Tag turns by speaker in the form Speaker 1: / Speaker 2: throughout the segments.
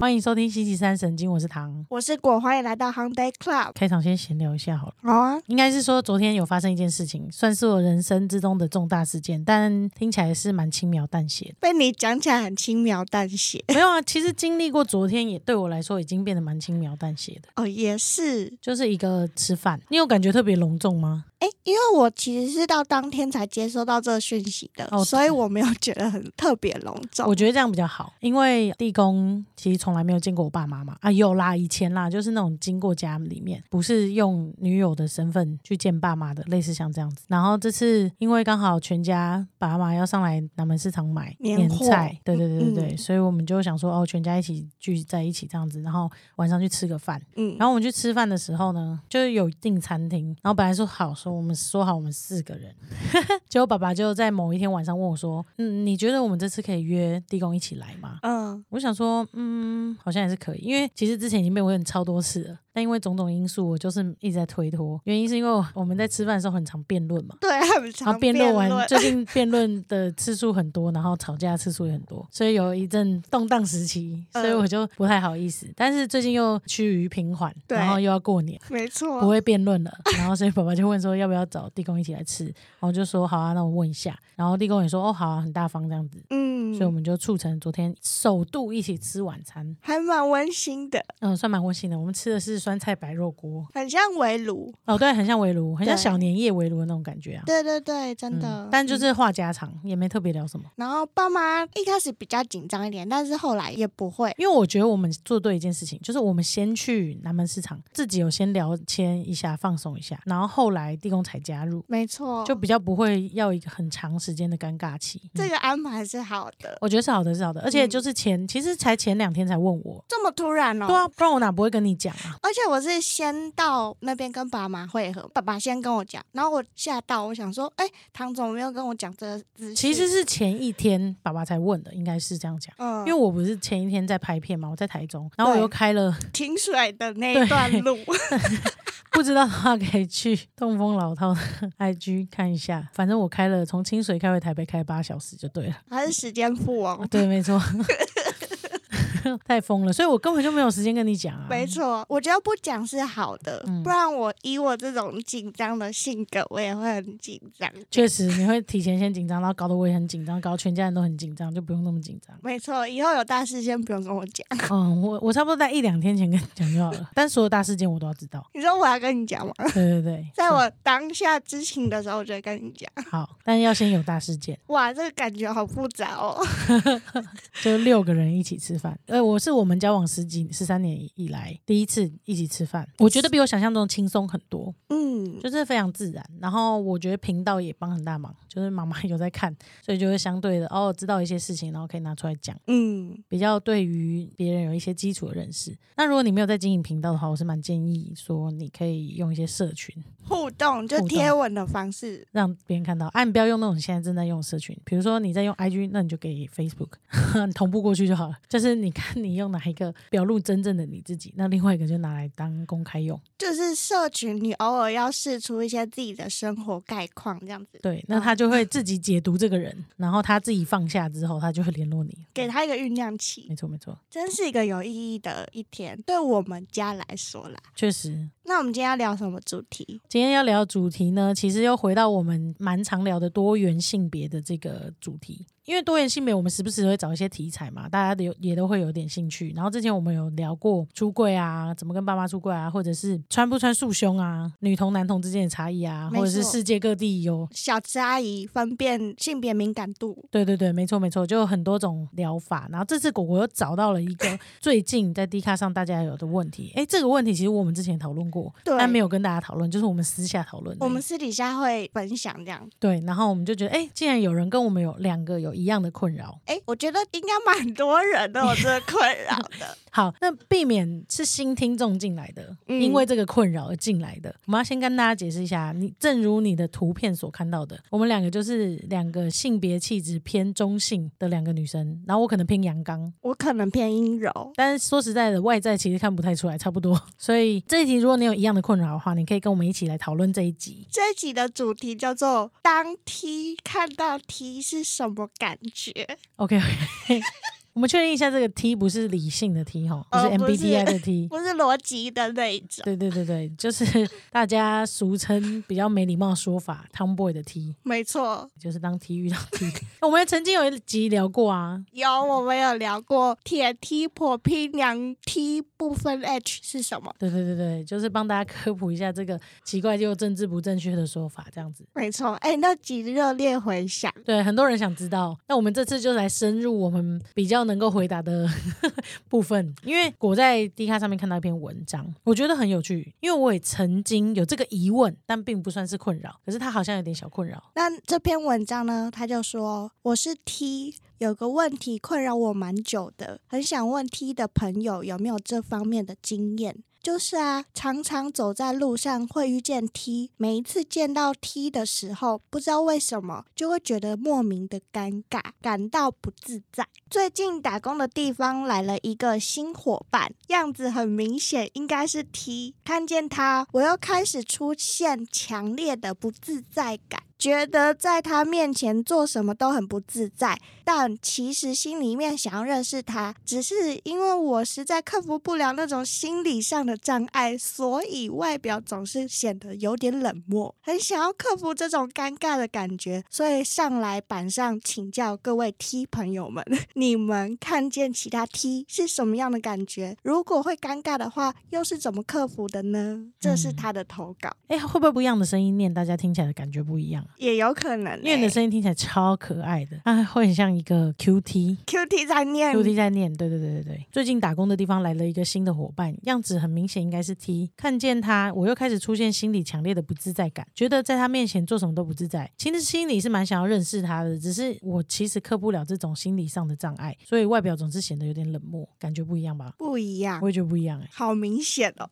Speaker 1: 欢迎收听星期三神经，我是唐。
Speaker 2: 我是果，欢迎来到 h o n d a y Club。
Speaker 1: 开场先闲聊一下好了，
Speaker 2: 好啊，
Speaker 1: 应该是说昨天有发生一件事情，算是我人生之中的重大事件，但听起来是蛮轻描淡写的。
Speaker 2: 被你讲起来很轻描淡写。
Speaker 1: 没有啊，其实经历过昨天，也对我来说已经变得蛮轻描淡写的。
Speaker 2: 哦，也是，
Speaker 1: 就是一个吃饭，你有感觉特别隆重吗？
Speaker 2: 哎，因为我其实是到当天才接收到这个讯息的，
Speaker 1: 哦
Speaker 2: 所以我没有觉得很特别隆重。
Speaker 1: 我觉得这样比较好，因为地公其实从来没有见过我爸妈嘛。啊，有啦，以前啦，就是那种经过家里面，不是用女友的身份去见爸妈的，类似像这样子。然后这次因为刚好全家爸妈要上来南门市场买
Speaker 2: 年
Speaker 1: 年
Speaker 2: 货
Speaker 1: 菜，对对对对对，
Speaker 2: 嗯
Speaker 1: 所以我们就想说，哦，全家一起聚在一起这样子，然后晚上去吃个饭。
Speaker 2: 嗯，
Speaker 1: 然后我们去吃饭的时候呢，就是有订餐厅，然后本来说好说我们说好我们四个人， 结果爸爸就在某一天晚上问我说，嗯，你觉得我们这次可以约地公一起来吗？
Speaker 2: 嗯，
Speaker 1: 我想说，嗯，好像也是可以，因为其实之前已经被我问超多次了，但因为种种因素，我就是一直在推脱。原因是因为我我们在吃饭的时候很常辩论嘛，
Speaker 2: 对，
Speaker 1: 然
Speaker 2: 很
Speaker 1: 后
Speaker 2: 常
Speaker 1: 辩论
Speaker 2: 论
Speaker 1: 完，最近辩论的次数很多，然后吵架次数也很多，所以有一阵动荡时期，
Speaker 2: 嗯
Speaker 1: 所以我就不太好意思。但是最近又趋于平缓，
Speaker 2: 对哦
Speaker 1: 然后又要过年，
Speaker 2: 没
Speaker 1: 不
Speaker 2: 错，
Speaker 1: 会辩论了，然后所以爸爸就问说要不要找地公一起来吃，然后我就说好啊，那我问一下，然后地公也说哦好啊，很大方这样子。所以我
Speaker 2: 嗯，
Speaker 1: 们就促成昨天首度一起吃晚餐，
Speaker 2: 还蛮温馨的，
Speaker 1: 嗯，算蛮温馨的。我们吃的是酸菜白肉锅，
Speaker 2: 很像围炉。
Speaker 1: 哦，对，很像围炉，很像
Speaker 2: 对
Speaker 1: 小年夜围炉的那种感觉啊。
Speaker 2: 对对对，真的。
Speaker 1: 嗯，但就
Speaker 2: 嗯。
Speaker 1: 是话家常，也没特别聊什么。
Speaker 2: 然后爸妈一开始比较紧张一点，但是后来也不会。
Speaker 1: 因为我觉得我们做对一件事情，就是我们先去南门市场，自己有先聊天一下，放松一下，然后后来地公才加入，
Speaker 2: 没错，
Speaker 1: 就比嗯较不会要一个很长时间的尴尬期。嗯
Speaker 2: 这个安排是好的。
Speaker 1: 我觉得是好的，是好的，而且
Speaker 2: 嗯
Speaker 1: 就是前、其实才前两天才问我，
Speaker 2: 这么突然哦？
Speaker 1: 对啊，不然我哪不会跟你讲啊？
Speaker 2: 而且我是先到那边跟爸妈会合，爸爸先跟我讲，然后我吓到，我想说，哎、唐总没有跟我讲这个资讯。
Speaker 1: 其实，是前一天爸爸才问的，应该是这样讲。
Speaker 2: 嗯，
Speaker 1: 因为我不是前一天在拍片嘛，我在台中，然后我
Speaker 2: 对
Speaker 1: 又开了，
Speaker 2: 停水的那一段路，
Speaker 1: 不知道的话可以去 东风老饕的 IG 看一下。反正我开了从清水开回台北，开八小时就对了。
Speaker 2: 还是时间 富
Speaker 1: 啊
Speaker 2: 翁。
Speaker 1: 对，没错，太疯了，所以我根本就没有时间跟你讲啊。
Speaker 2: 没错，我觉得不讲是好的，
Speaker 1: 嗯
Speaker 2: 不然我以我这种紧张的性格，我也会很紧张。
Speaker 1: 确实你会提前先紧张，然后搞得我也很紧张，搞得全家人都很紧张，就不用那么紧 张。
Speaker 2: 没错，以后有大事先不用跟我讲。
Speaker 1: 嗯，我我差不多在一两天前跟你讲就好了，但所有大事件我都要知 道。
Speaker 2: 你说我要跟你讲吗？
Speaker 1: 对对对，
Speaker 2: 在我当下知情的时候，我就会跟你讲。
Speaker 1: 好，但要先有大事件。
Speaker 2: 哇，这个感觉好复杂哦。
Speaker 1: 就六个人一起吃饭。呃，我是我们交往十几十三年以来第一次一起吃饭，我觉得比我想象中轻松很多，
Speaker 2: 嗯，
Speaker 1: 就是非常自然。然后我觉得频道也帮很大忙，就是妈 妈有在看，所以就会相对的哦，知道一些事情，然后可以拿出来讲，
Speaker 2: 嗯，
Speaker 1: 比较对于别人有一些基础的认识。那如果你没有在经营频道的话，我是蛮建议说你可以用一些社群，
Speaker 2: 互动就
Speaker 1: 互动
Speaker 2: 贴文的方式，
Speaker 1: 让别人看到。啊，你不要用那种现在正在用的社群，比如说你在用 IG，那你就给 Facebook 你同步过去就好了。就是你看你用哪一个表露真正的你自己，那另外一个就拿来当公开用。
Speaker 2: 就是社群，你偶尔要试出一些自己的生活概况，这样子，
Speaker 1: 对，那他就会自己解读这个人，然后他自己放下之后，他就会联络你。
Speaker 2: 给他一个酝酿期，
Speaker 1: 没错没错，
Speaker 2: 真是一个有意义的一天，对我们家来说啦。
Speaker 1: 确实。
Speaker 2: 那我们今天要聊什么主题？
Speaker 1: 今天要聊的主题呢，其实又回到我们蛮常聊的多元性别的这个主题，因为多元性别，我们时不时会找一些题材嘛，大家有也都会有点兴趣。然后之前我们有聊过出柜啊，怎么跟爸妈出柜啊，或者是穿不穿束胸啊，女童男童之间的差异啊，
Speaker 2: 没
Speaker 1: 或
Speaker 2: 错
Speaker 1: 者是世界各地有。
Speaker 2: 小吃阿姨分辨性别敏感度，
Speaker 1: 对对对，没错没错，就有很多种疗法。然后这次果果又找到了一 个最近在 D 卡上大家有的问题，哎，这个问题其实我们之前讨论过，
Speaker 2: 对，
Speaker 1: 但没有跟大家讨论，就是我们私下讨论的。
Speaker 2: 我们私底下会分享这样。
Speaker 1: 对，然后我们就觉得，哎、既然有人跟我们有两个有一样的困扰，
Speaker 2: 哎，我觉得应该蛮多人都有这个困扰 的。
Speaker 1: 好，那避免是新听众进来的，
Speaker 2: 嗯
Speaker 1: 因为这个困扰而进来的。我们要先跟大家解释一下，你正如你的图片所看到的，我们两个就是两个性别气质偏中性的两个女生，然后我可能偏阳刚，
Speaker 2: 我可能偏阴柔，
Speaker 1: 但是说实在的，外在其实看不太出来，差不多。 所以这一题，如果你有一样的困扰的话，你可以跟我们一起来讨论这一集。
Speaker 2: 这一集的主题叫做“当 T 看到 T 是什么感觉
Speaker 1: OK，, o k 我们确定一下，这个 T 不是理性的 T 哦哈，不是
Speaker 2: 呃不是
Speaker 1: MBTI 的 T。
Speaker 2: 不是逻辑的那一种，
Speaker 1: 对对对对，就是大家俗称比较没礼貌的说法，Tomboy 的 T，
Speaker 2: 没错。
Speaker 1: 就是当 T 遇到 T。我们曾经有一集聊过啊，
Speaker 2: 有我们有聊过铁梯婆拼娘梯不分 H 是什么？
Speaker 1: 对对对对，就是帮大家科普一下这个奇怪又政治不正确的说法，这样子。
Speaker 2: 没错，哎、那集热烈回响，
Speaker 1: 对，很多人想知道。那我们这次就来深入我们比较能够回答的 部分，因为我在 D 卡上面看到一篇文章，我觉得很有趣，因为我也曾经有这个疑问，但并不算是困扰，可是它好像有点小困扰。
Speaker 2: 那这篇文章呢，他就说我是 T，有个问题困扰我蛮久的，很想问 T 的朋友有没有这方面的经验。就是啊，常常走在路上会遇见 T，每一次见到 T 的时候，不知道为什么就会觉得莫名的尴尬，感到不自在。最近打工的地方来了一个新伙伴，样子很明显应该是 T。看见他，我又开始出现强烈的不自在感，觉得在他面前做什么都很不自在。但其实心里面想要认识他，只是因为我实在克服不了那种心理上的障碍，所以外表总是显得有点冷漠。很想要克服这种尴尬的感觉，所以上来板上请教各位 T 朋友们， 你们看见其他 T 是什么样的感觉？如果会尴尬的话，又是怎么克服的呢？这
Speaker 1: 嗯
Speaker 2: 是他的投稿，
Speaker 1: 哎，会不会不一样的声音念，大家听起来的感觉不一样啊？
Speaker 2: 也有可能、欸
Speaker 1: 因为你的声音听起来超可爱的，它会很像一个 QT。
Speaker 2: Q T 在念
Speaker 1: Q T 在念，对对对对对。最近打工的地方来了一个新的伙伴，样子很明显应该是 T。看见他，我又开始出现心里强烈的不自在感，觉得在他面前做什么都不自在。其实心里是蛮想要认识他的，只是我其实克不了这种心理上的障碍，所以外表总是显得有点冷漠，感觉不一样吧？
Speaker 2: 不一样
Speaker 1: 我。也觉得不一样哎、
Speaker 2: 好明显哦，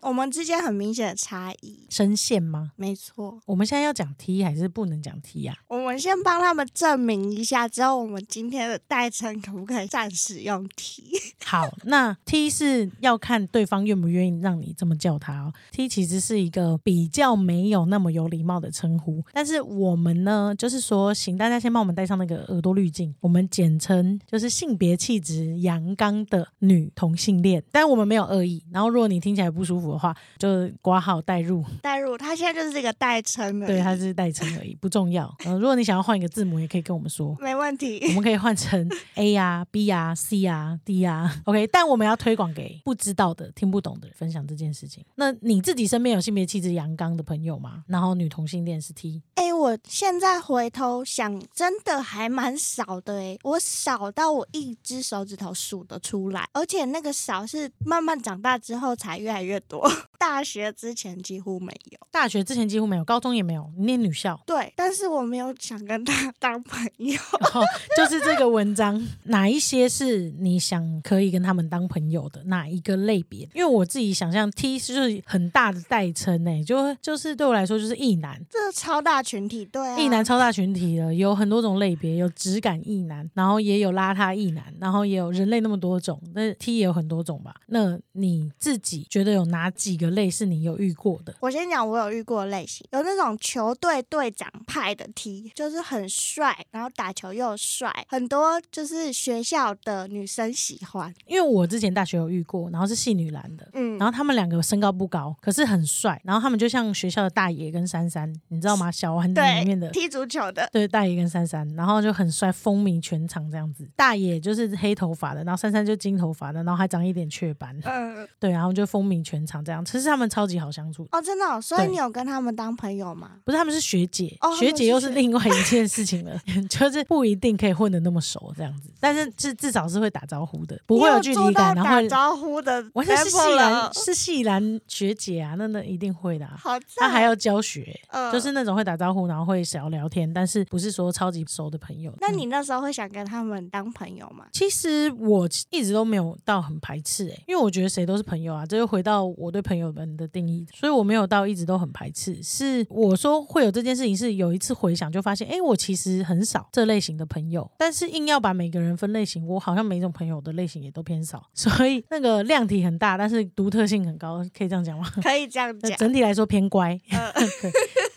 Speaker 2: 我们之间很明显的差异。
Speaker 1: 声线吗？
Speaker 2: 没错，
Speaker 1: 我们现在要讲 T 还是不能讲 T 啊呀、
Speaker 2: 我们先帮他们证明一下，之后我们今天的代称可不可以暂时用 T？
Speaker 1: 好，那 T 是要看对方愿不愿意让你这么叫他哦。T 其实是一个比较没有那么有礼貌的称呼，但是我们呢，就是说，请大家先帮我们戴上那个耳朵滤镜，我们简称就是性别气质阳刚的女同性恋，但我们没有恶意。然后如果你听起来不舒服的话，就挂号代入，
Speaker 2: 代入，他现在就是这个代称了。
Speaker 1: 对，它是代称而已，不重要。呃，如果你想要换一个字母，也可以跟我们说。
Speaker 2: 没问题。
Speaker 1: 我们可以换成 A 呀、B 呀、C 呀、D 呀、OK，但我们要推广给不知道的、听不懂的人分享这件事情。那你自己身边有性别气质阳刚的朋友吗？然后女同性恋是 T，
Speaker 2: 哎，我现在回头想，真的还蛮少的哎，我少到我一只手指头数得出来，而且那个少是慢慢长大之后才越来越多， 大学之前几乎没有。。
Speaker 1: 大学之前几乎没有，高中也没有，你念女校
Speaker 2: 对，但是我没有想跟他 当朋友。
Speaker 1: 然后就是这个文章，哪一些是你想可以跟他们当朋友的哪一个类别？因为我自己想象 T 就是很大的代称呢、就就是对我来说就是异男，
Speaker 2: 这超大群体，对啊，
Speaker 1: 异男超大群体了，有很多种类别，有质感异男，然后也有邋遢异男，然后也有人类那么多种，那 T 也有很多种吧？那你自己觉得有哪几个类是你有遇过的？
Speaker 2: 我先讲，我有遇过的类型，有那种球队队长派的 T，就是很帅，然后打球又帅，很多就是学校的女生喜欢。
Speaker 1: 因为我之前大学有遇过，然后是系女篮的。
Speaker 2: 嗯，
Speaker 1: 然后他们两个身高不高，可是很帅。然后他们就像学校的大爷跟珊珊，你知道吗？小丸子里面的
Speaker 2: 对，踢足球的，
Speaker 1: 对，大爷跟珊珊，然后就很帅，风靡全场这样子。大爷就是黑头发的，然后珊珊就金头发的，然后还长一点雀斑。
Speaker 2: 嗯，
Speaker 1: 对，然后就风靡全场这样。其实他们超级好相处，
Speaker 2: 哦，真的、哦，所以
Speaker 1: 对
Speaker 2: 你有跟他们当朋友吗？
Speaker 1: 不是他们是学姐，
Speaker 2: 哦他们
Speaker 1: 学姐又是
Speaker 2: 是学
Speaker 1: 另外一件事情了， 就是不一定可以混得那么熟这样子，但是至至少是会打招呼的，不会有距
Speaker 2: 你
Speaker 1: 离
Speaker 2: 有做
Speaker 1: 感，
Speaker 2: 到
Speaker 1: 然后
Speaker 2: 打
Speaker 1: 会
Speaker 2: 招呼的，
Speaker 1: 我是是系兰是系兰学姐啊，那那一定会的、啊。
Speaker 2: 哦好
Speaker 1: 她
Speaker 2: 赞，
Speaker 1: 还要教学，
Speaker 2: 嗯
Speaker 1: 就是。那种会打招呼，然后会小聊天，但是不是说超级熟的朋友。
Speaker 2: 那
Speaker 1: 嗯
Speaker 2: 你那时候会想跟他们当朋友 吗？
Speaker 1: 其实我一直都没有到很排斥诶、因为我觉得谁都是朋友啊，这就回到我对朋友们的定义，所以我没有到一直都很排斥。是我说会有这件事情，是有一次回想就发现，诶、我其实很少这类型的朋友，但是硬要把每个人分类型，我好像每种朋友的类型也都偏少， 所以那个量体很大，但是独特性很高，可以这样讲吗？
Speaker 2: 可以这样
Speaker 1: 那
Speaker 2: 讲，
Speaker 1: 整体来说偏乖，对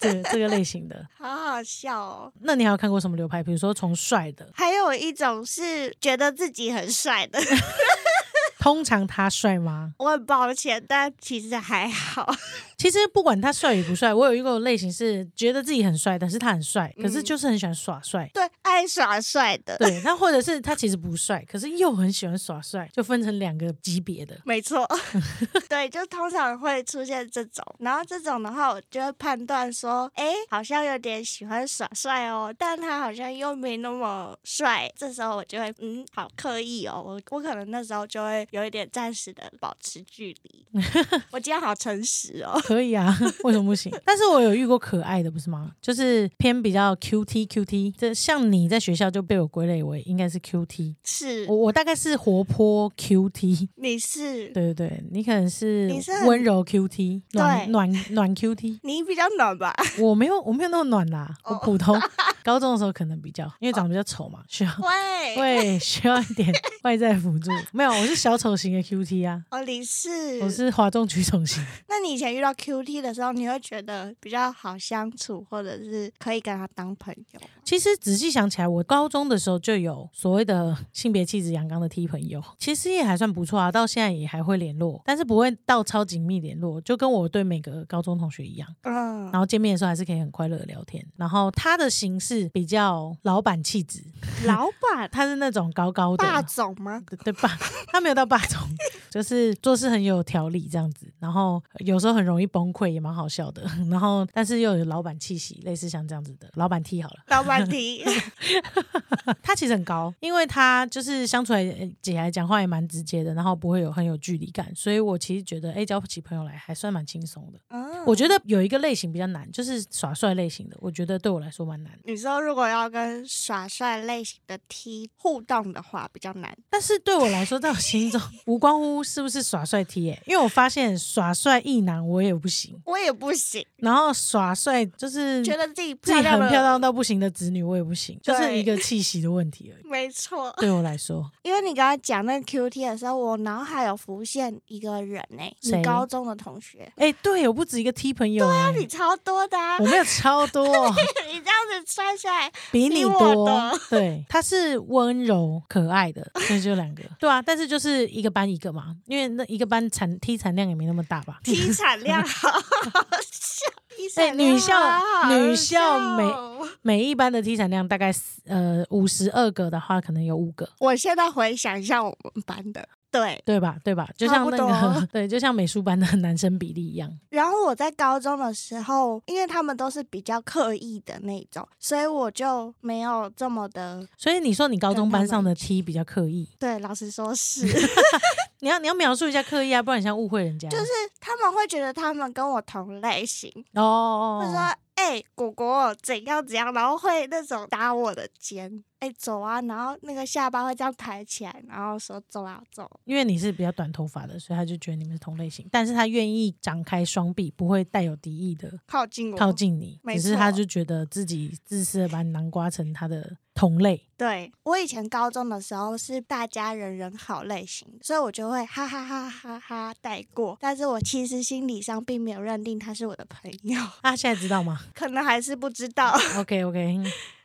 Speaker 1: 这个这个类型的。
Speaker 2: 好好好笑哦。
Speaker 1: 那你还有看过什么流派？比如说从帅的，
Speaker 2: 还有一种是觉得自己很帅的，
Speaker 1: 通常他帅吗？
Speaker 2: 我很抱歉，但其实还好。
Speaker 1: 其实不管他帅与不帅，我有一个类型是觉得自己很帅，但是他很帅，可是
Speaker 2: 嗯
Speaker 1: 就是很喜欢耍帅。
Speaker 2: 对，爱耍帅的，
Speaker 1: 对， 那或者是他其实不帅，可是又很喜欢耍帅，就分成两个级别的。
Speaker 2: 没错，对，就通常会出现这种，然后这种的话，我就会判断说，哎，好像有点喜欢耍帅哦，但他好像又没那么帅，这时候我就会，嗯，好刻意哦，我我可能那时候就会嗯有一点暂时的保持距 离。我今天好诚实哦，
Speaker 1: 可以啊， 为什么不行？但是我有遇过可爱的，不是吗？就是偏比较 Q T Q T，这像你在学校就被我归类为应该是 Q T，
Speaker 2: 是
Speaker 1: 我我大概是活泼 Q T，
Speaker 2: 你是
Speaker 1: 对对对，你可能是
Speaker 2: 你是很
Speaker 1: 温柔 Q T，暖
Speaker 2: 对
Speaker 1: 暖暖 Q T，
Speaker 2: 你比较暖吧？
Speaker 1: 我没有我没有那么暖啦，我
Speaker 2: 哦
Speaker 1: 普通， 高中的时候可能比较，因为长得比较丑嘛，需要
Speaker 2: 喂，
Speaker 1: 会需要一 点外在辅助，没有，我是小丑型的 Q T 啊。
Speaker 2: 哦，你是
Speaker 1: 我是哗众取宠型，
Speaker 2: 那你以前遇到 QT 的时候，你会觉得比较好相处，或者是可以跟他当朋友？
Speaker 1: 其实仔细想起来，我高中的时候就有所谓的性别气质阳刚的 T 朋友，其实也还算不错啊，到现在也还会联络，但是不会到超紧密联络，就跟我对每个高中同学一样。
Speaker 2: 嗯
Speaker 1: 然后见面的时候还是可以很快乐的聊天。然后他的形式比较老板气质，
Speaker 2: 老 板
Speaker 1: 他是那种高高的
Speaker 2: 霸总吗？
Speaker 1: 对对霸，他没有到霸总， 就是做事很有条理这样子，然后有时候很容易崩溃，也蛮好笑的。 然后但是又有老板气息，类似像这样子的老板 T 好了。
Speaker 2: 老板提
Speaker 1: 他其实很高，因为他就是相处来呃起来讲话也蛮直接的，然后不会有很有距离感，所以我其实觉得，哎、交不起朋友来还算蛮轻松的。
Speaker 2: 嗯，
Speaker 1: 我觉得有一个类型比较难，就是耍帅类型的，我觉得对我来说蛮难。
Speaker 2: 你说如果要跟耍帅类型的 T 互动的话，比较难。
Speaker 1: 但是对我来说，在我心中 无关乎是不是耍帅 T，、欸、因为我发现耍帅一男我也不行，
Speaker 2: 我也不行，
Speaker 1: 然后耍帅就是
Speaker 2: 觉得自己
Speaker 1: 嗯自己
Speaker 2: 漂
Speaker 1: 很
Speaker 2: 亮了，
Speaker 1: 漂亮到不行的子女我也不行，就是
Speaker 2: 对
Speaker 1: 一个气息的问题而已。
Speaker 2: 没错。
Speaker 1: 对我来 说，
Speaker 2: 因为你刚刚讲那个 QT 的时候，我脑海有浮现一个人呢、
Speaker 1: 谁
Speaker 2: 你高中的同学，
Speaker 1: 哎、对我不止一个 T 朋友、欸，
Speaker 2: 啊你超多的、啊
Speaker 1: 我，没有超多。
Speaker 2: 你这样子算下来，
Speaker 1: 比
Speaker 2: 比
Speaker 1: 你
Speaker 2: 我
Speaker 1: 多
Speaker 2: 的，
Speaker 1: 对，他是温柔可爱的，所以就两 个，对啊，但是就是一个班一个嘛，因为那一个班产踢产量也没那么大吧。
Speaker 2: 体产量 好笑，体
Speaker 1: 哎
Speaker 2: 产
Speaker 1: 女
Speaker 2: 量
Speaker 1: 校
Speaker 2: 好好
Speaker 1: 女校美
Speaker 2: 笑
Speaker 1: 每一班的踢产量大概四呃五十二个的话，可能有五个，
Speaker 2: 我现在回想一下我们班的，对。
Speaker 1: 对吧？对吧？就
Speaker 2: 差
Speaker 1: 像
Speaker 2: 啊不
Speaker 1: 那
Speaker 2: 多哦
Speaker 1: 个对，就像美术班的男生比例一样，
Speaker 2: 然后我在高中的时候，因为他们都是比较刻意的那种，所以我就没有这么的。
Speaker 1: 所以你说你高
Speaker 2: 跟
Speaker 1: 中
Speaker 2: 他
Speaker 1: 班上
Speaker 2: 们
Speaker 1: 的踢比较刻意，
Speaker 2: 对，老实说 是，
Speaker 1: 你要你要描述一下刻意啊，不然你像误会人家。就是
Speaker 2: 他们会觉得他们跟我同类型，
Speaker 1: 哦哦
Speaker 2: 会说
Speaker 1: 哦，：“
Speaker 2: 哎、果果怎样怎样。”然后会那种搭我的肩，哎、走啊，然后那个下巴会这样抬起来，然后说走啊走。
Speaker 1: 因为你是比较短头发的，所以他就觉得你们是同类型，但是他愿意张开双臂，不会带有敌意的
Speaker 2: 靠近我，
Speaker 1: 靠近你，
Speaker 2: 没
Speaker 1: 只是他
Speaker 2: 错
Speaker 1: 就觉得自己自私的把你南瓜成他的同类。
Speaker 2: 对我以前高中的时候是大家人人好类型，所以我就会哈哈哈哈哈带过，但是我其实心理上并没有认定他是我的朋友，
Speaker 1: 啊，现在知道 吗
Speaker 2: 可能还是不知道。
Speaker 1: ？OK OK，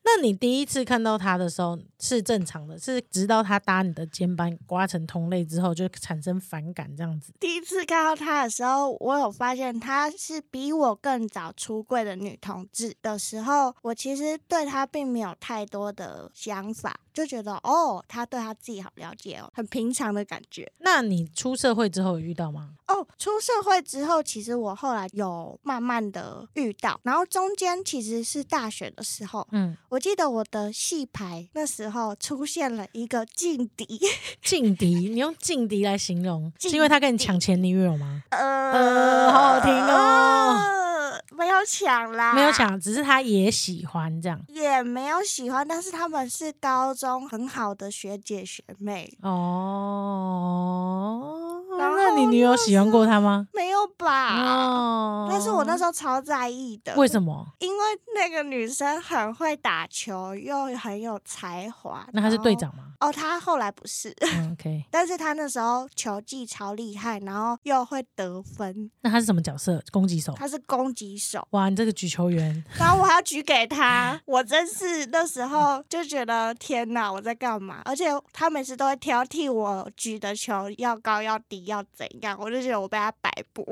Speaker 1: 那你第一次看到他的时候是正常的，是直到他搭你的肩膀刮成同类之后，就产生反感这样子。
Speaker 2: 第一次看到他的时候，我有发现他是比我更早出柜的女同志的时候，我其实对他并没有太多的想法，就觉得哦，他对他自己好了解哦，很平常的感觉。
Speaker 1: 那你出社会之后有遇到吗？
Speaker 2: 哦，出社会之后，其实我后来有慢慢的遇到，然后中间其实是大学的时候，
Speaker 1: 嗯，
Speaker 2: 我记得我的戏牌那时候出现了一个劲敌，
Speaker 1: 劲敌，你用劲敌来形容，是
Speaker 2: 劲
Speaker 1: 因为他跟你抢前女友吗？
Speaker 2: 呃
Speaker 1: 呃好好听哦
Speaker 2: 呃没有抢啦，
Speaker 1: 没有。抢，只是他也喜欢这样。
Speaker 2: 也没有喜欢，但是他们是高中很好的学姐学妹，
Speaker 1: 哦，
Speaker 2: 然
Speaker 1: 那你
Speaker 2: 后
Speaker 1: 女友喜欢过他吗？
Speaker 2: 没有吧？
Speaker 1: 哦，
Speaker 2: 但是我那时候超在意的，
Speaker 1: 为什么？
Speaker 2: 因为那个女生很会打球，又很有才华。
Speaker 1: 那他是
Speaker 2: 然后
Speaker 1: 队，长吗？
Speaker 2: 哦，他后来不是，
Speaker 1: 嗯 OK，
Speaker 2: 但是他那时候球技超厉害，然后又会得分，
Speaker 1: 那他是什么角色？攻击手。
Speaker 2: 他是攻击手，
Speaker 1: 哇，你这个举球员，
Speaker 2: 然后我还要举给他，我真是那时候就觉得天哪，我在干嘛？而且他每次都会挑剔我举的球要高要低要怎样，我就觉得我被他摆布。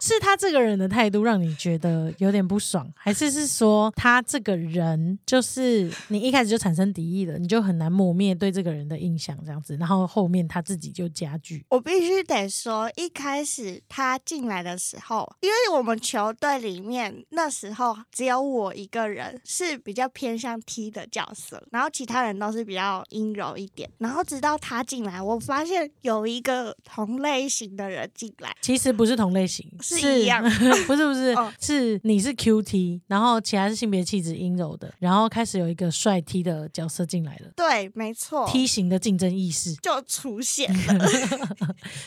Speaker 1: 是他这个人的态度让你觉得有点不爽，还是是说他这个人就是你一开始就产生敌意了，你就很难磨灭对这个人的印象这样子，然后后面他自己就加剧。
Speaker 2: 我必须得说，一开始他进来的时候，因为我们球队里面那时候只有我一个人是比较偏向踢的角色，然后其他人都是比较阴柔一点。然后直到他进来，我发现有一个同类型的人进来，
Speaker 1: 其实不是同类型，
Speaker 2: 是一样
Speaker 1: 不 是不是，
Speaker 2: 哦
Speaker 1: 是你是 QT，然后其他是性别气质阴柔的，然后开始有一个帅 T 的角色进来了。
Speaker 2: 对，没错。
Speaker 1: T 型的竞争意识，
Speaker 2: 就出现了，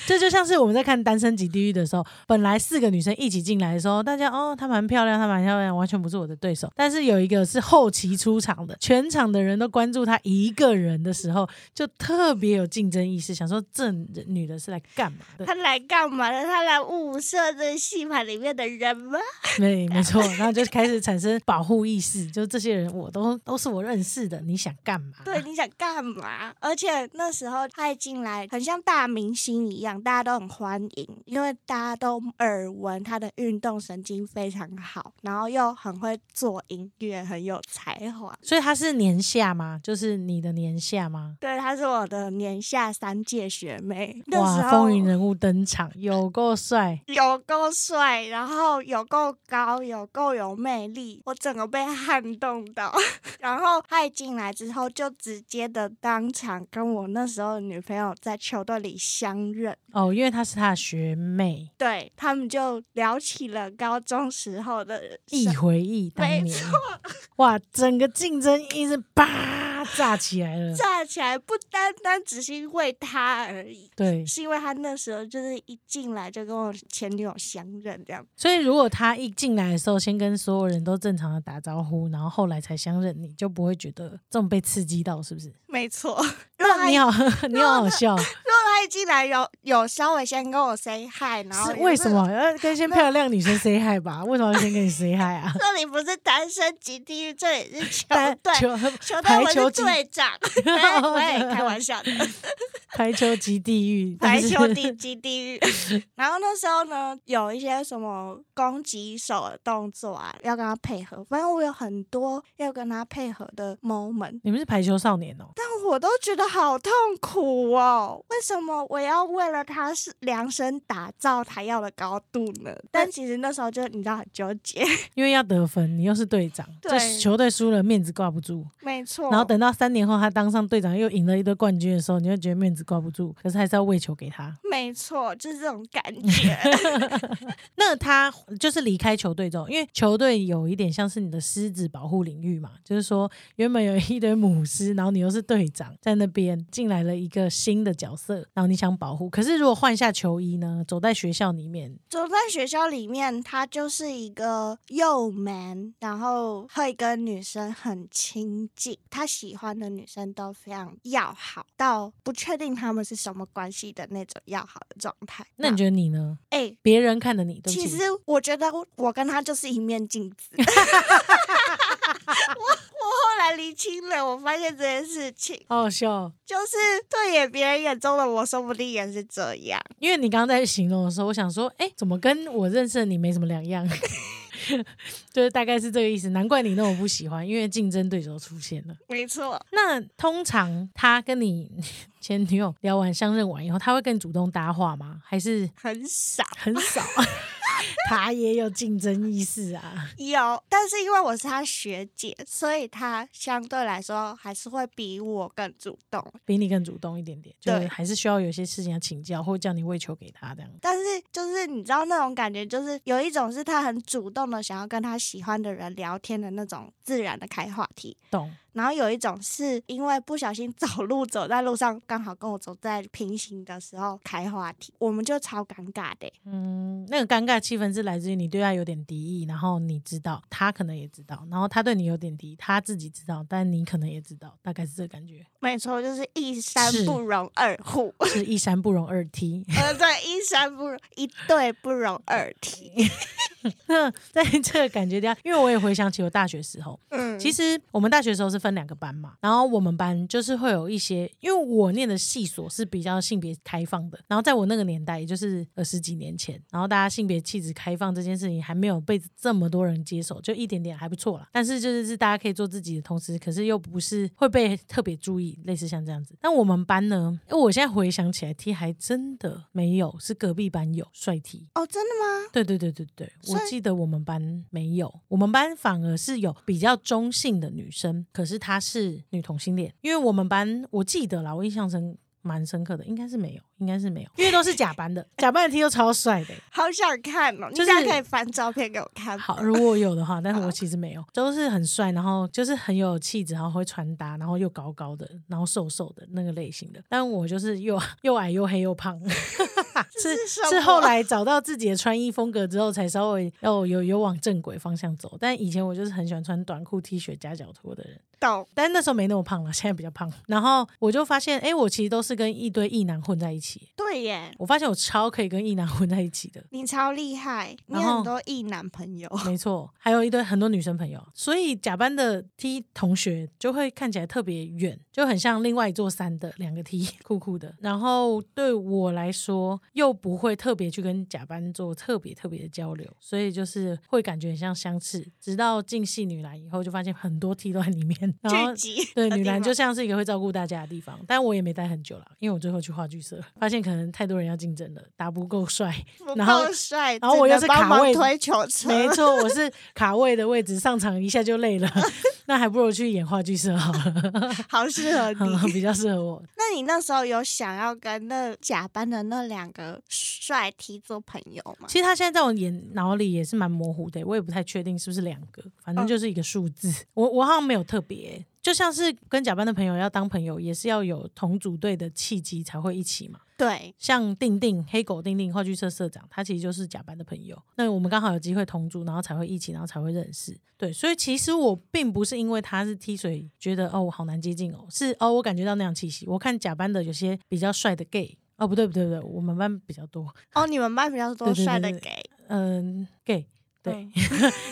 Speaker 1: 这就像是我们在看《单身级地狱》的时候，本来四个女生一起进来的时候，大家哦，她蛮漂亮，她蛮漂亮，完全不是我的对手。但是有一个是后期出场的，全场的人都关注她一个人的时候，就特别有竞争意识，想说这女的是来干嘛 的？
Speaker 2: 他来干嘛的？他来物色这戏盘里面的人吗？
Speaker 1: 对，没错，然后就开始产生保护意识，就这些人我都都是我认识的，你想干嘛？
Speaker 2: 对，你想干嘛？而且那时候他一进来，很像大明星一样，大家都很欢迎，因为大家都耳闻他的运动神经非常好，然后又很会做音乐，很有才华。
Speaker 1: 所以她是年下吗？就是你的年下吗？
Speaker 2: 对，她是我的年下三届学妹。那时
Speaker 1: 哇，
Speaker 2: 候
Speaker 1: 风云人物登场，有够帅！
Speaker 2: 有够帅，然后有够高，有够有魅力，我整个被撼动到。 然后他一进来之后，就直接的当场跟我那时候的女朋友在球队里相认。
Speaker 1: 哦，因为她是她的学妹，
Speaker 2: 对他们就聊起了高中时候的
Speaker 1: 忆
Speaker 2: 生
Speaker 1: 回忆当
Speaker 2: 没
Speaker 1: 年， 哇，整个竞争意识啪炸起来了。
Speaker 2: 站起来，不单单只是因为他而已，
Speaker 1: 对，
Speaker 2: 是因为他那时候就是一进来就跟我前女友相认这样。
Speaker 1: 所以如果他一进来的时候，先跟所有人都正常的打招呼，然后后来才相认，你就不会觉得这么被刺激到，是不是？
Speaker 2: 没 错，如果
Speaker 1: 那
Speaker 2: 他
Speaker 1: 你
Speaker 2: 如果
Speaker 1: 好， 你好好笑，
Speaker 2: 他一进来有有稍微先跟我 say hi，然后
Speaker 1: 是
Speaker 2: 也
Speaker 1: 为
Speaker 2: 是
Speaker 1: 什？么要跟先漂亮女生 say hi 吧？为什么要先跟你 say hi 啊？
Speaker 2: 这里不是单身级地狱，这里是球
Speaker 1: 但
Speaker 2: 队。
Speaker 1: 球
Speaker 2: 球队
Speaker 1: 排
Speaker 2: 我
Speaker 1: 球
Speaker 2: 是
Speaker 1: 机
Speaker 2: 队长，喂喂，开 玩笑的。
Speaker 1: 排球及地狱，
Speaker 2: 排
Speaker 1: 就是
Speaker 2: 球地基地狱。然后那时候呢，有一些什么攻击手的动作啊，要跟他配合。反正我有很多要跟他配合的 moment，
Speaker 1: 你们是排球少年哦、
Speaker 2: 但我都觉得好痛苦哦。为什么我要为了他是量身打造他要的高度呢？但其实那时候就你知道很纠结，
Speaker 1: 因为要得分，你又是队长，这
Speaker 2: 对
Speaker 1: 球队输了面子挂不住。
Speaker 2: 没错。
Speaker 1: 然后等到三年后他当上队长又赢了一堆冠军的时候，你会觉得面子挂不住，可是还是要喂球给他。
Speaker 2: 没错，就是这种感觉。
Speaker 1: 那他就是离开球队之后，因为球队有一点像是你的狮子保护领域嘛，就是说原本有一堆母狮，然后你又是队长在那边进来了一个新的角色，然后你想保护，可是如果换下球衣呢，走在学校里面，
Speaker 2: 走在学校里面，他就是一个幼 man，然后会跟女生很亲近，他喜欢的女生都非常要好，到不确定他们是什么关系的那种要好的状态。
Speaker 1: 那你觉得你呢？
Speaker 2: 哎、
Speaker 1: 别人看的你，对不
Speaker 2: 其
Speaker 1: 起
Speaker 2: 实，我觉得我我跟他就是一面镜 子。我 我后来厘清了，我发现这件事情，
Speaker 1: 好好笑哦。
Speaker 2: 就是对眼别人眼中的我，说不定也是这样。
Speaker 1: 因为你刚刚在形容的时候，我想说，哎，怎么跟我认识的你没什么两样？ 就是大概是这个意思，难怪你那么不喜欢，因为竞争对手出现了。
Speaker 2: 没错，
Speaker 1: 那通常他跟你 前女友聊完相认完以后，他会更主动搭话吗？还是
Speaker 2: 很少。
Speaker 1: 很少？ 他也有竞争意识啊，
Speaker 2: 有，但是因为我是她学姐，所以她相对来说还是会比我更主动。
Speaker 1: 比你更主动一点点，就是
Speaker 2: 对
Speaker 1: 还是需要有些事情要请教，或叫你喂球给他这样。
Speaker 2: 但是就是你知道那种感觉，就是有一种是她很主动的想要跟她喜欢的人聊天的那种自然的开话题，
Speaker 1: 懂？
Speaker 2: 然后有一种是因为不小心 走路走在路上，刚好跟我走在平行的时候开话题，我们就超尴尬的欸、
Speaker 1: 嗯，那个尴尬气氛是来自于你对他有点敌意，然后你知道，他可能也知道，然后他对你有点敌意，他自己知道，但你可能也知道，大概是这个感觉，
Speaker 2: 没错，就是一山
Speaker 1: 是
Speaker 2: 不容二虎，
Speaker 1: 是一山不容二梯。
Speaker 2: 呃，对，一山不容一对不容二体。
Speaker 1: 那在这个感觉底下，因为我也回想起我大学时候，
Speaker 2: 嗯，
Speaker 1: 其实我们大学的时候是分两个班嘛，然后我们班就是会有一些，因为我念的系所是比较性别开放的，然后在我那个年代，也就是呃十几年前，然后大家性别气质开放这件事情还没有被这么多人接受，就一点点还不错啦。但是就是是大家可以做自己的同时，可是又不是会被特别注意，类似像这样子。但我们班呢，因为我现在回想起来，T 还真的没有，是隔壁班有帅 T，
Speaker 2: 哦，真的吗？
Speaker 1: 对对对对对，我
Speaker 2: 所以
Speaker 1: 记得我们班没有，我们班反而是有比较中性的女生，可是她是女同性恋，因为我们班我记得啦，我印象深蛮深刻的，应该是没有，应该是没有，因为都是假班的，假班的 T 都超帅的欸、
Speaker 2: 好想看哦，你
Speaker 1: 就
Speaker 2: 现在
Speaker 1: 是
Speaker 2: 可以翻照片给我看吗。
Speaker 1: 好，如果有的话，但是我其实没有，都是很帅，然后就是很有气质，然后会穿搭，然后又高高的，然后瘦瘦的那个类型的。但我就是又 又矮又黑又胖， 是
Speaker 2: 是什么
Speaker 1: 是 后来找到自己的穿衣风格之后，才稍微要有有往正轨方向走。但以前我就是很喜欢穿短裤、T 恤、夹脚拖的人。
Speaker 2: 懂，
Speaker 1: 但那时候没那么胖了，现在比较胖。然后我就发现，哎、我其实都是跟一堆异男混在一起。
Speaker 2: 对耶，
Speaker 1: 我发现我超可以跟异男混在一起的。
Speaker 2: 你超厉害，你
Speaker 1: 然后
Speaker 2: 很多异男朋友。
Speaker 1: 没错，还有一堆很多女生朋友，所以甲班的 T 同学就会看起来特别远，就很像另外一座山的两个 T，酷 酷的。然后对我来说，又不会特别去跟甲班做特别特别的交流，所以就是会感觉很像相似。直到进系女篮以后，就发现很多 T 都在里面，然后
Speaker 2: 聚集
Speaker 1: 对，
Speaker 2: 的
Speaker 1: 女
Speaker 2: 地
Speaker 1: 篮
Speaker 2: 方
Speaker 1: 就像是一个会照顾大家的地方，但我也没待很久了，因为我最后去话剧社，发现可能太多人要竞争了，打不够帅，
Speaker 2: 不
Speaker 1: 然后
Speaker 2: 够帅，
Speaker 1: 然后我
Speaker 2: 只
Speaker 1: 又
Speaker 2: 能
Speaker 1: 是
Speaker 2: 帮
Speaker 1: 卡
Speaker 2: 忙
Speaker 1: 位
Speaker 2: 推球车，
Speaker 1: 没错，我是卡位的位置，上场一下就累了， 那还不如去演话剧社好了，
Speaker 2: 好 适合你。
Speaker 1: 比较适合我。
Speaker 2: 那你那时候有想要跟那甲班的那两个帅 T 做朋友吗？
Speaker 1: 其实他现在在我眼脑里也是蛮模糊的，我也不太确定是不是两个，反正就是一个数字。我我好像没有特别、就像是跟甲班的朋友要当朋友，也是要有同组队的契机才会一起嘛。
Speaker 2: 对，
Speaker 1: 像定定黑狗定定话剧社社长，他其实就是甲班的朋友。那我们刚好有机会同住，然后才会一起，然后才会认识。对，所以其实我并不是因为他是 T 水觉得哦我好难接近哦，是哦我感觉到那样气息。我看甲班的有些比较帅的 gay。哦，不对不对不对，我们班比较多，
Speaker 2: 哦，你们班比较多
Speaker 1: 对对对
Speaker 2: 帅的
Speaker 1: 对
Speaker 2: 给，
Speaker 1: 嗯，gay，对
Speaker 2: 嗯，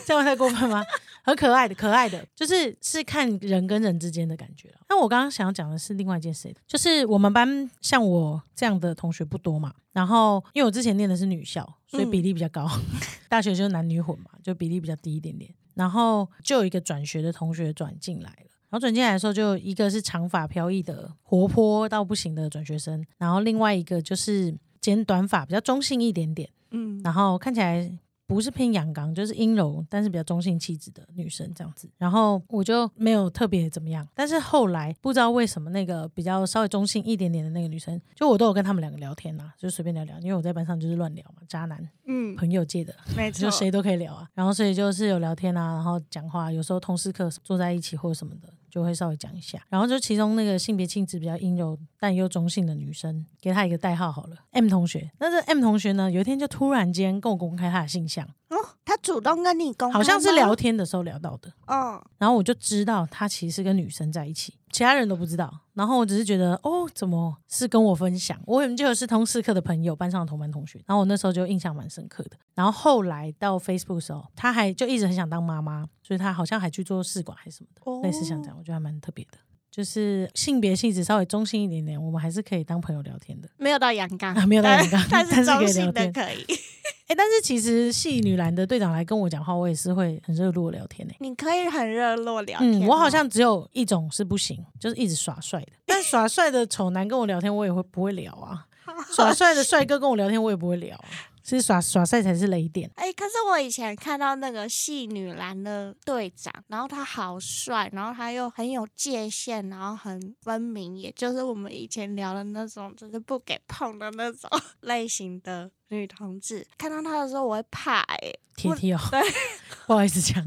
Speaker 1: 这样太过分吗？很可爱的，可爱的，就是是看人跟人之间的感觉了。那我刚刚想要讲的是另外一件事，就是我们班像我这样的同学不多嘛，然后因为我之前念的是女校，所以比例比较高， 大学就是男女混嘛，就比例比较低一点点。然后就有一个转学的同学转进来了。然后转进来的时候，就一个是长发飘逸的、活泼到不行的转学生，然后另外一个就是剪短发，比较中性一点点，
Speaker 2: 嗯，
Speaker 1: 然后看起来不是偏阳刚，就是阴柔，但是比较中性气质的女生这样子。然后我就没有特别怎么样，但是后来不知道为什么那个比较稍微中性一点点的那个女生，就我都有跟他们两个聊天啦、啊就随便聊聊，因为我在班上就是乱聊嘛，渣男
Speaker 2: 嗯，
Speaker 1: 朋友界的，
Speaker 2: 没错
Speaker 1: 就，谁都可以聊啊。然后所以就是有聊天啊，然后讲话，有时候同事课坐在一起或者什么的，就会稍微讲一下。然后就其中那个性别气质比较阴柔但又中性的女生，给她一个代号好了，M 同学。那这 M 同学呢，有一天就突然间跟我公开她的性向，
Speaker 2: 哦，他主动跟你公开吗，
Speaker 1: 好像是聊天的时候聊到的。
Speaker 2: 哦，
Speaker 1: 然后我就知道他其实是跟女生在一起，其他人都不知道。然后我只是觉得，哦，怎么是跟我分享？我们就是通识课的朋友，班上的同班同学。然后我那时候就印象蛮深刻的。然后后来到 Facebook 的时候，他还就一直很想当妈妈，所以他好像还去做试管还是什么的，
Speaker 2: 哦
Speaker 1: 类似像这样，我觉得还蛮特别的。就是性别性质稍微中性一点点，我们还是可以当朋友聊天的。
Speaker 2: 没有到阳刚
Speaker 1: 啊，没有到阳刚
Speaker 2: 但
Speaker 1: 但是可
Speaker 2: 是
Speaker 1: 以
Speaker 2: 中
Speaker 1: 聊
Speaker 2: 性的
Speaker 1: 天
Speaker 2: 可以。
Speaker 1: 哎，但是其实系女篮的队长来跟我讲话，我也是会很热络地聊天的。
Speaker 2: 你可以很热络聊啊天、哦
Speaker 1: 嗯，我好，像只有一种是不行，就是一直耍帅的。但耍帅的丑男跟我聊天，我也会不会聊 啊？耍帅的帅哥跟我聊天，我也不会聊啊。是耍耍帅才是雷点。
Speaker 2: 哎、可是我以前看到那个戏女篮的队长，然后他好帅，然后他又很有界限，然后很分明，也就是我们以前聊的那种，就是不给碰的那种 类型的女同志。看到他的时候，我会怕哎、
Speaker 1: 铁 T 哦
Speaker 2: 对，
Speaker 1: 不好意思讲，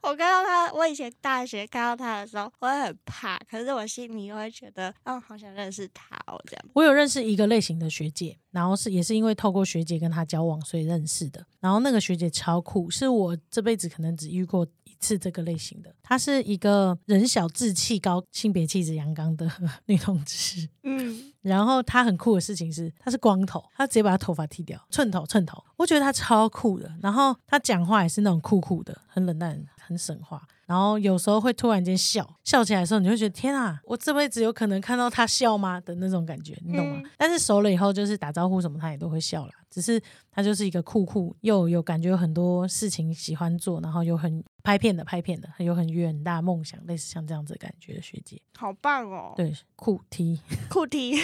Speaker 2: 我看到他，我以前大学看到他的时候，我会很怕，可是我心里会觉得，嗯，好想认识他哦，这样。
Speaker 1: 我有认识一个类型的学姐，然后是也是因为透过学姐跟她交往，所以认识的。然后那个学姐超酷，是我这辈子可能只遇过一次这个类型的。她是一个人小志气高、性别气质阳刚的 女同志。
Speaker 2: 嗯，
Speaker 1: 然后她很酷的事情是，她是光头，她直接把她头发剃掉，寸头寸头，我觉得她超酷的。然后她讲话也是那种酷酷的，很冷淡，很神话。然后有时候会突然间笑，笑起来的时候，你会觉得天啊，我这辈子有可能看到她笑吗的那种感觉，你懂吗？
Speaker 2: 嗯
Speaker 1: 但是熟了以后，就是打招呼什么，她也都会笑啦。只是她就是一个酷酷，又有感觉，有很多事情喜欢做，然后又很拍片的拍片的，有很远大梦想，类似像这样子的感觉的学姐，
Speaker 2: 好棒哦，
Speaker 1: 对，酷 T。
Speaker 2: 酷题，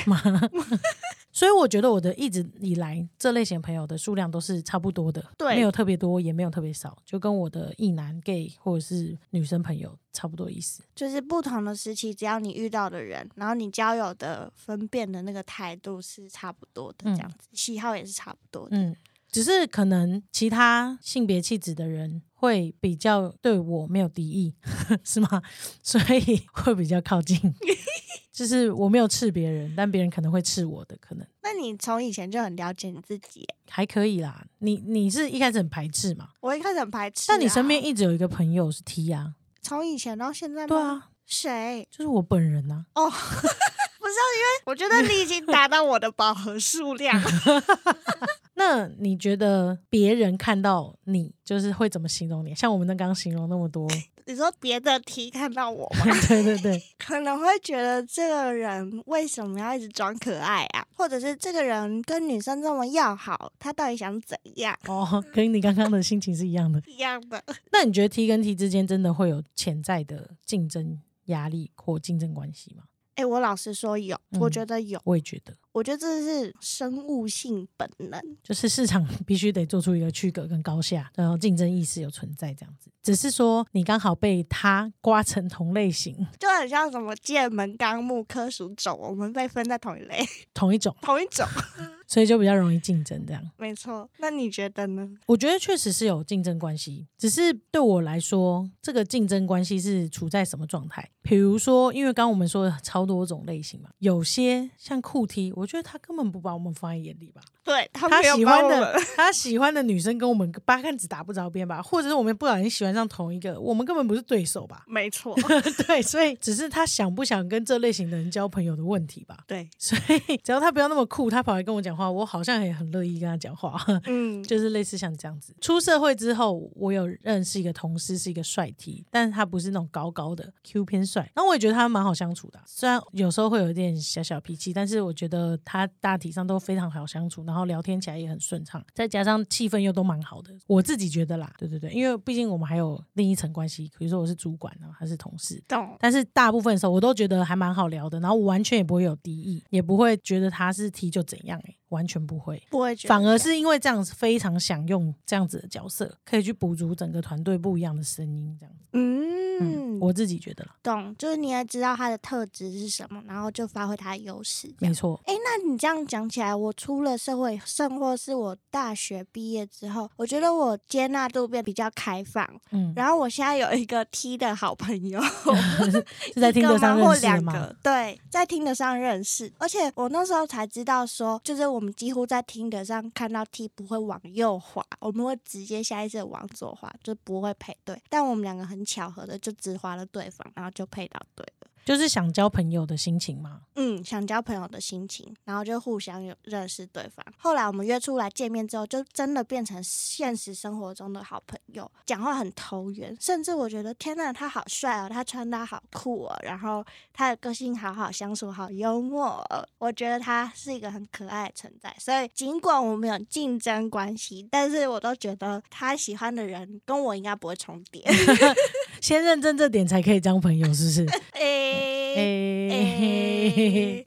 Speaker 1: 所以我觉得我的一直以来这类型朋友的数量都是差不多的，
Speaker 2: 对
Speaker 1: 没有特别多，也没有特别少，就跟我的异男、gay 或者是女生朋友差不多意思。
Speaker 2: 就是不同的时期，只要你遇到的人，然后你交友的分辨的那个态度是差不多的，
Speaker 1: 嗯
Speaker 2: 这样子、喜好也是差不多的。
Speaker 1: 嗯，只是可能其他性别气质的人会比较对我没有敌意， 是吗？所以会比较靠 近。就是我没有刺别人，但别人可能会刺我的，可能
Speaker 2: 那你从以前就很了解你自己耶，
Speaker 1: 还可以啦。你你是一开始很排斥嘛？
Speaker 2: 我一开始很排斥、啊。
Speaker 1: 但你身边一直有一个朋友是 T 啊，
Speaker 2: 从以前到现在吗？
Speaker 1: 对，啊，
Speaker 2: 谁？哦
Speaker 1: 就是我本人啊。
Speaker 2: 啊我觉得你已经达到我的饱和数量。
Speaker 1: 那你觉得别人看到你，就是会怎么形容你？像我们刚刚形容那么多，
Speaker 2: 你说别的题看到我吗？
Speaker 1: 对对对，
Speaker 2: 可能会觉得这个人为什么要一直装可爱啊？或者是这个人跟女生这么要好，他到底想怎样？
Speaker 1: 哦，跟你刚刚的心情是一样的。
Speaker 2: 一样的，
Speaker 1: 那你觉得 T 跟 T 之间真的会有潜在的竞争压力或竞争关系吗？
Speaker 2: 哎、我老实说有，
Speaker 1: 嗯
Speaker 2: 我觉得有，
Speaker 1: 我也觉得，
Speaker 2: 我觉得这是生物性本能。
Speaker 1: 就是市场 必须得做出一个区隔跟高下，然后竞争意识有存在这样子。只是说你刚好被他刮成同类型，
Speaker 2: 就很像什么界门纲目科属种，我们被分在同一类、
Speaker 1: 同一种，
Speaker 2: 同一 种，
Speaker 1: 所以就比较容易竞争这样。
Speaker 2: 没错。那你觉得呢？
Speaker 1: 我觉得确实是有竞争关系，只是对我来说，这个竞争关系是处在什么状态？比如说，因为刚刚我们说的超多种类型嘛，有些像酷 T，我觉得他根本不把我们放在眼里吧。
Speaker 2: 对他
Speaker 1: 他
Speaker 2: 没有
Speaker 1: 喜
Speaker 2: 帮
Speaker 1: 欢
Speaker 2: 我
Speaker 1: 的
Speaker 2: 们，？
Speaker 1: 他喜欢的女生跟我们八竿子打不着边吧，或者是我们不小心喜欢上同一个，我们根本不是对手吧
Speaker 2: 没错，
Speaker 1: 对，所以只是他想不想跟这类型的人交朋友的问题吧。
Speaker 2: 对，
Speaker 1: 所以只要他不要那么酷，他跑来跟我讲话，我好像也很乐意跟他讲话。
Speaker 2: 嗯，
Speaker 1: 就是类似像这样子。出社会之后，我有认识一个同事，是一个帅 T，但是他不是那种高高的 Q 偏帅。那我也觉得他蛮好相处的啊、虽然有时候会有一点小小脾气，但是我觉得他大体上都非常好相处，然后聊天起来也很顺畅，再加上气氛又都蛮好的，我自己觉得啦。对对对，因为毕竟我们还有另一层关系，比如说我是主管，然啊后他是同事，
Speaker 2: 懂。
Speaker 1: 但是大部分的时候，我都觉得还蛮好聊的，然后我完全也不会有敌意，也不会觉得他是 T 就怎样、欸，完全不会。
Speaker 2: 不会觉得
Speaker 1: 反而
Speaker 2: 这样
Speaker 1: 是因为这样子非常想用这样子的角色，可以去补足整个团队不一样的声音，这样子。
Speaker 2: 嗯，
Speaker 1: 嗯，我自己觉得啦，
Speaker 2: 懂，就是你也知道他的特质是什么，然后就发挥他的优势。这
Speaker 1: 没
Speaker 2: 样，
Speaker 1: 错。
Speaker 2: 哎，那你这样讲起来，我出了社会，甚或是我大学毕业之后，我觉得我接纳度变比较开放。
Speaker 1: 嗯，
Speaker 2: 然后我现在有一个 T 的好朋友，
Speaker 1: 是在
Speaker 2: 一
Speaker 1: 听
Speaker 2: 个
Speaker 1: 得
Speaker 2: 吗
Speaker 1: 上
Speaker 2: 或
Speaker 1: 认识的
Speaker 2: 两
Speaker 1: 吗？
Speaker 2: 个，对，在听得上认识。而且我那时候才知道说，就是我们几乎在听得上看到 T 不会往右滑，我们会直接下意识地往左滑，就不会配对。但我们两个很巧合的就只滑了对方，然后就配到对了。
Speaker 1: 就是想交朋友的心情嘛。
Speaker 2: 嗯，想交朋友的心情，然后就互相有认识对方。后来我们约出来见面之后，就真的变成现实生活中的好朋友，讲话很投缘，甚至我觉得天呐，他好帅哦，他穿搭好酷哦，然后他的个性好好相处，好幽默、哦，我觉得他是一个很可爱的存在。所以尽管我们有竞争关系，但是我都觉得他喜欢的人跟我应该不会重叠。
Speaker 1: 先认证这点才可以当朋友，是不 是？哎
Speaker 2: 诶
Speaker 1: 诶、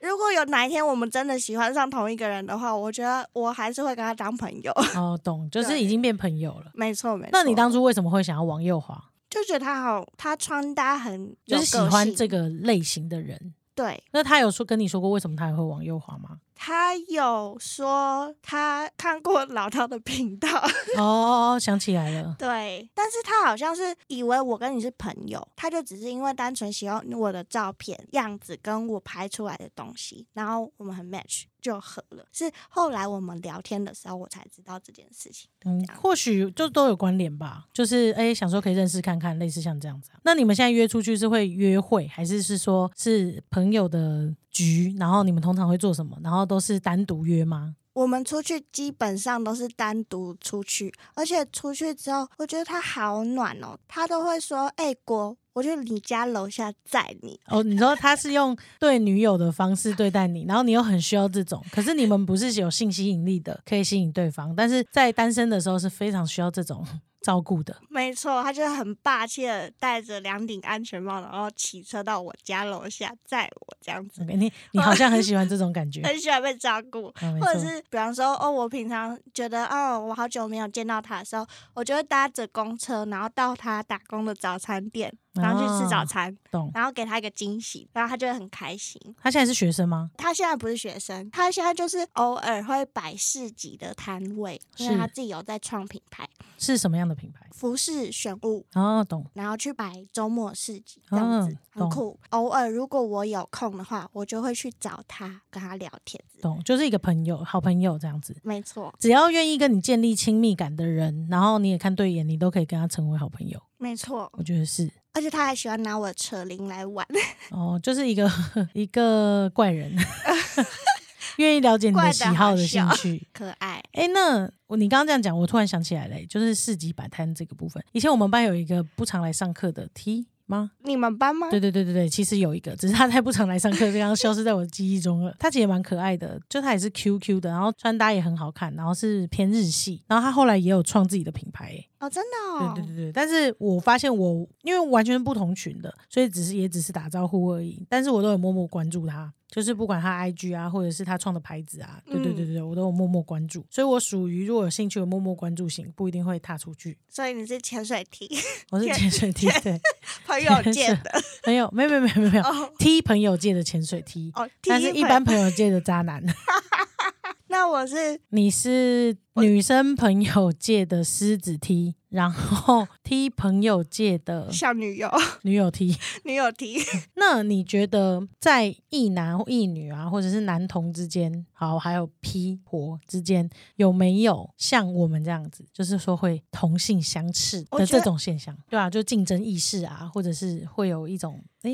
Speaker 2: 诶，如果有哪一天我们真的喜欢上同一个人的话，我觉得我还是会跟他当朋友。
Speaker 1: 哦，懂，就是已经变朋友了。
Speaker 2: 没哎错，没错。
Speaker 1: 那你当初为什么会想要往右滑？
Speaker 2: 就觉得他好，他穿搭很
Speaker 1: 就
Speaker 2: 有
Speaker 1: 是喜
Speaker 2: 个
Speaker 1: 欢
Speaker 2: 性
Speaker 1: 这个类型的人。
Speaker 2: 对，
Speaker 1: 那他有说跟你说过为什么他也会往右滑吗？
Speaker 2: 他有说他看过老涛的频道，
Speaker 1: 哦哦哦，想起来了，
Speaker 2: 对，但是他好像是以为我跟你是朋友，他就只是因为单纯喜欢我的照片样子跟我拍出来的东西，然后我们很 match 就合了。是后来我们聊天的时候，我才知道这件事情。
Speaker 1: 嗯，或许就都有关联吧，就是哎，想说可以认识看看，类似像这样子啊、那你们现在约出去是会约会，还是是说是朋友的局？然后你们通常会做什么？然后都是单独约吗？
Speaker 2: 我们出去基本上都是单独出去，而且出去之后，我觉得他好暖哦，他都会说：“哎、国，我去你家楼下载你。
Speaker 1: 哦，你说他是用对女友的方式对待你， 然后你又很需要这种，可是你们不是有性吸引力的，可以吸引对方，但是在单身的时候是非常需要这种 照顾的。”
Speaker 2: 没错，他就是很霸气的戴着两顶安全帽，然后骑车到我家楼下载我这样子，
Speaker 1: OK，你 你好像很喜欢这种感觉，
Speaker 2: 很喜欢被照顾。
Speaker 1: 啊嗯没
Speaker 2: 哎或者
Speaker 1: 错
Speaker 2: 是比方说，哦，我平常觉得，哦，我好久没有见到他的时候，我就会搭着公车，然后到他打工的早餐店，然后去吃早餐，
Speaker 1: 啊懂。
Speaker 2: 然后给他一个惊喜，然后他就会很开心。
Speaker 1: 哦他现在是学生吗？
Speaker 2: 他现在不是学生，他现在就是偶尔会摆市集的摊位，因为
Speaker 1: 是
Speaker 2: 他自己有在创品牌
Speaker 1: 是什么样的品牌？
Speaker 2: 服饰选物。
Speaker 1: 哦，懂。
Speaker 2: 然后去摆周末市集，这样子、
Speaker 1: 嗯
Speaker 2: 很
Speaker 1: 懂
Speaker 2: 酷。偶尔如果我有空的话，我就会去找他，跟他聊天。
Speaker 1: 懂，就是一个朋友，好朋友这样子。
Speaker 2: 没错，
Speaker 1: 只要愿意跟你建立亲密感的人，然后你也看对眼，你都可以跟他成为好朋友。
Speaker 2: 没错。
Speaker 1: 我觉得是
Speaker 2: 而且他还喜欢拿我的扯铃来玩，
Speaker 1: 哦，就是一个一个怪人，愿意了解你的喜好的兴趣。
Speaker 2: 可爱。
Speaker 1: 哎，那我你刚刚这样讲，我突然想起来嘞，就是市集摆摊这个部分。以前我们班有一个不常来上课的 T 吗？
Speaker 2: 你们班吗？
Speaker 1: 对对对对对，其实有一个，只是他太不常来上课，这样消失在我的记忆中了。他其实也蛮可爱的，就他也是 QQ 的，然后穿搭也很好看，然后是偏日系，然后他后来也有创自己的品牌、欸。
Speaker 2: 哦，真的哦。
Speaker 1: 对对对对，但是我发现我因为完全是不同群的，所以只是也只是打招呼而已，但是我都有默默关注他。就是不管他 IG 啊，或者是他创的牌子
Speaker 2: 嗯
Speaker 1: 啊，对对对对，对我都有默默关注，所以我属于如果有兴趣，我默默关注型，不一定会踏出去。
Speaker 2: 所以你是潜水艇
Speaker 1: 我是潜水艇，对，
Speaker 2: 朋友界的
Speaker 1: 没有，没有，没有，没有，没有
Speaker 2: 哦
Speaker 1: 踢朋友界的潜水梯，
Speaker 2: 哦。
Speaker 1: 但是
Speaker 2: 第
Speaker 1: 一
Speaker 2: 朋
Speaker 1: 般朋友界的渣男，
Speaker 2: 那我是
Speaker 1: 你是女生朋友界的狮子踢，然后 踢朋友界的
Speaker 2: 小女友，
Speaker 1: 女友踢。
Speaker 2: 女友题。
Speaker 1: 那你觉得在一男或一女啊，或者是男同之间，好，还有 P 婆之间，有没有像我们这样子，就是说会同性相斥
Speaker 2: 我
Speaker 1: 的
Speaker 2: 觉得
Speaker 1: 这种现象？对啊，就竞争意识啊，或者是会有一种，诶，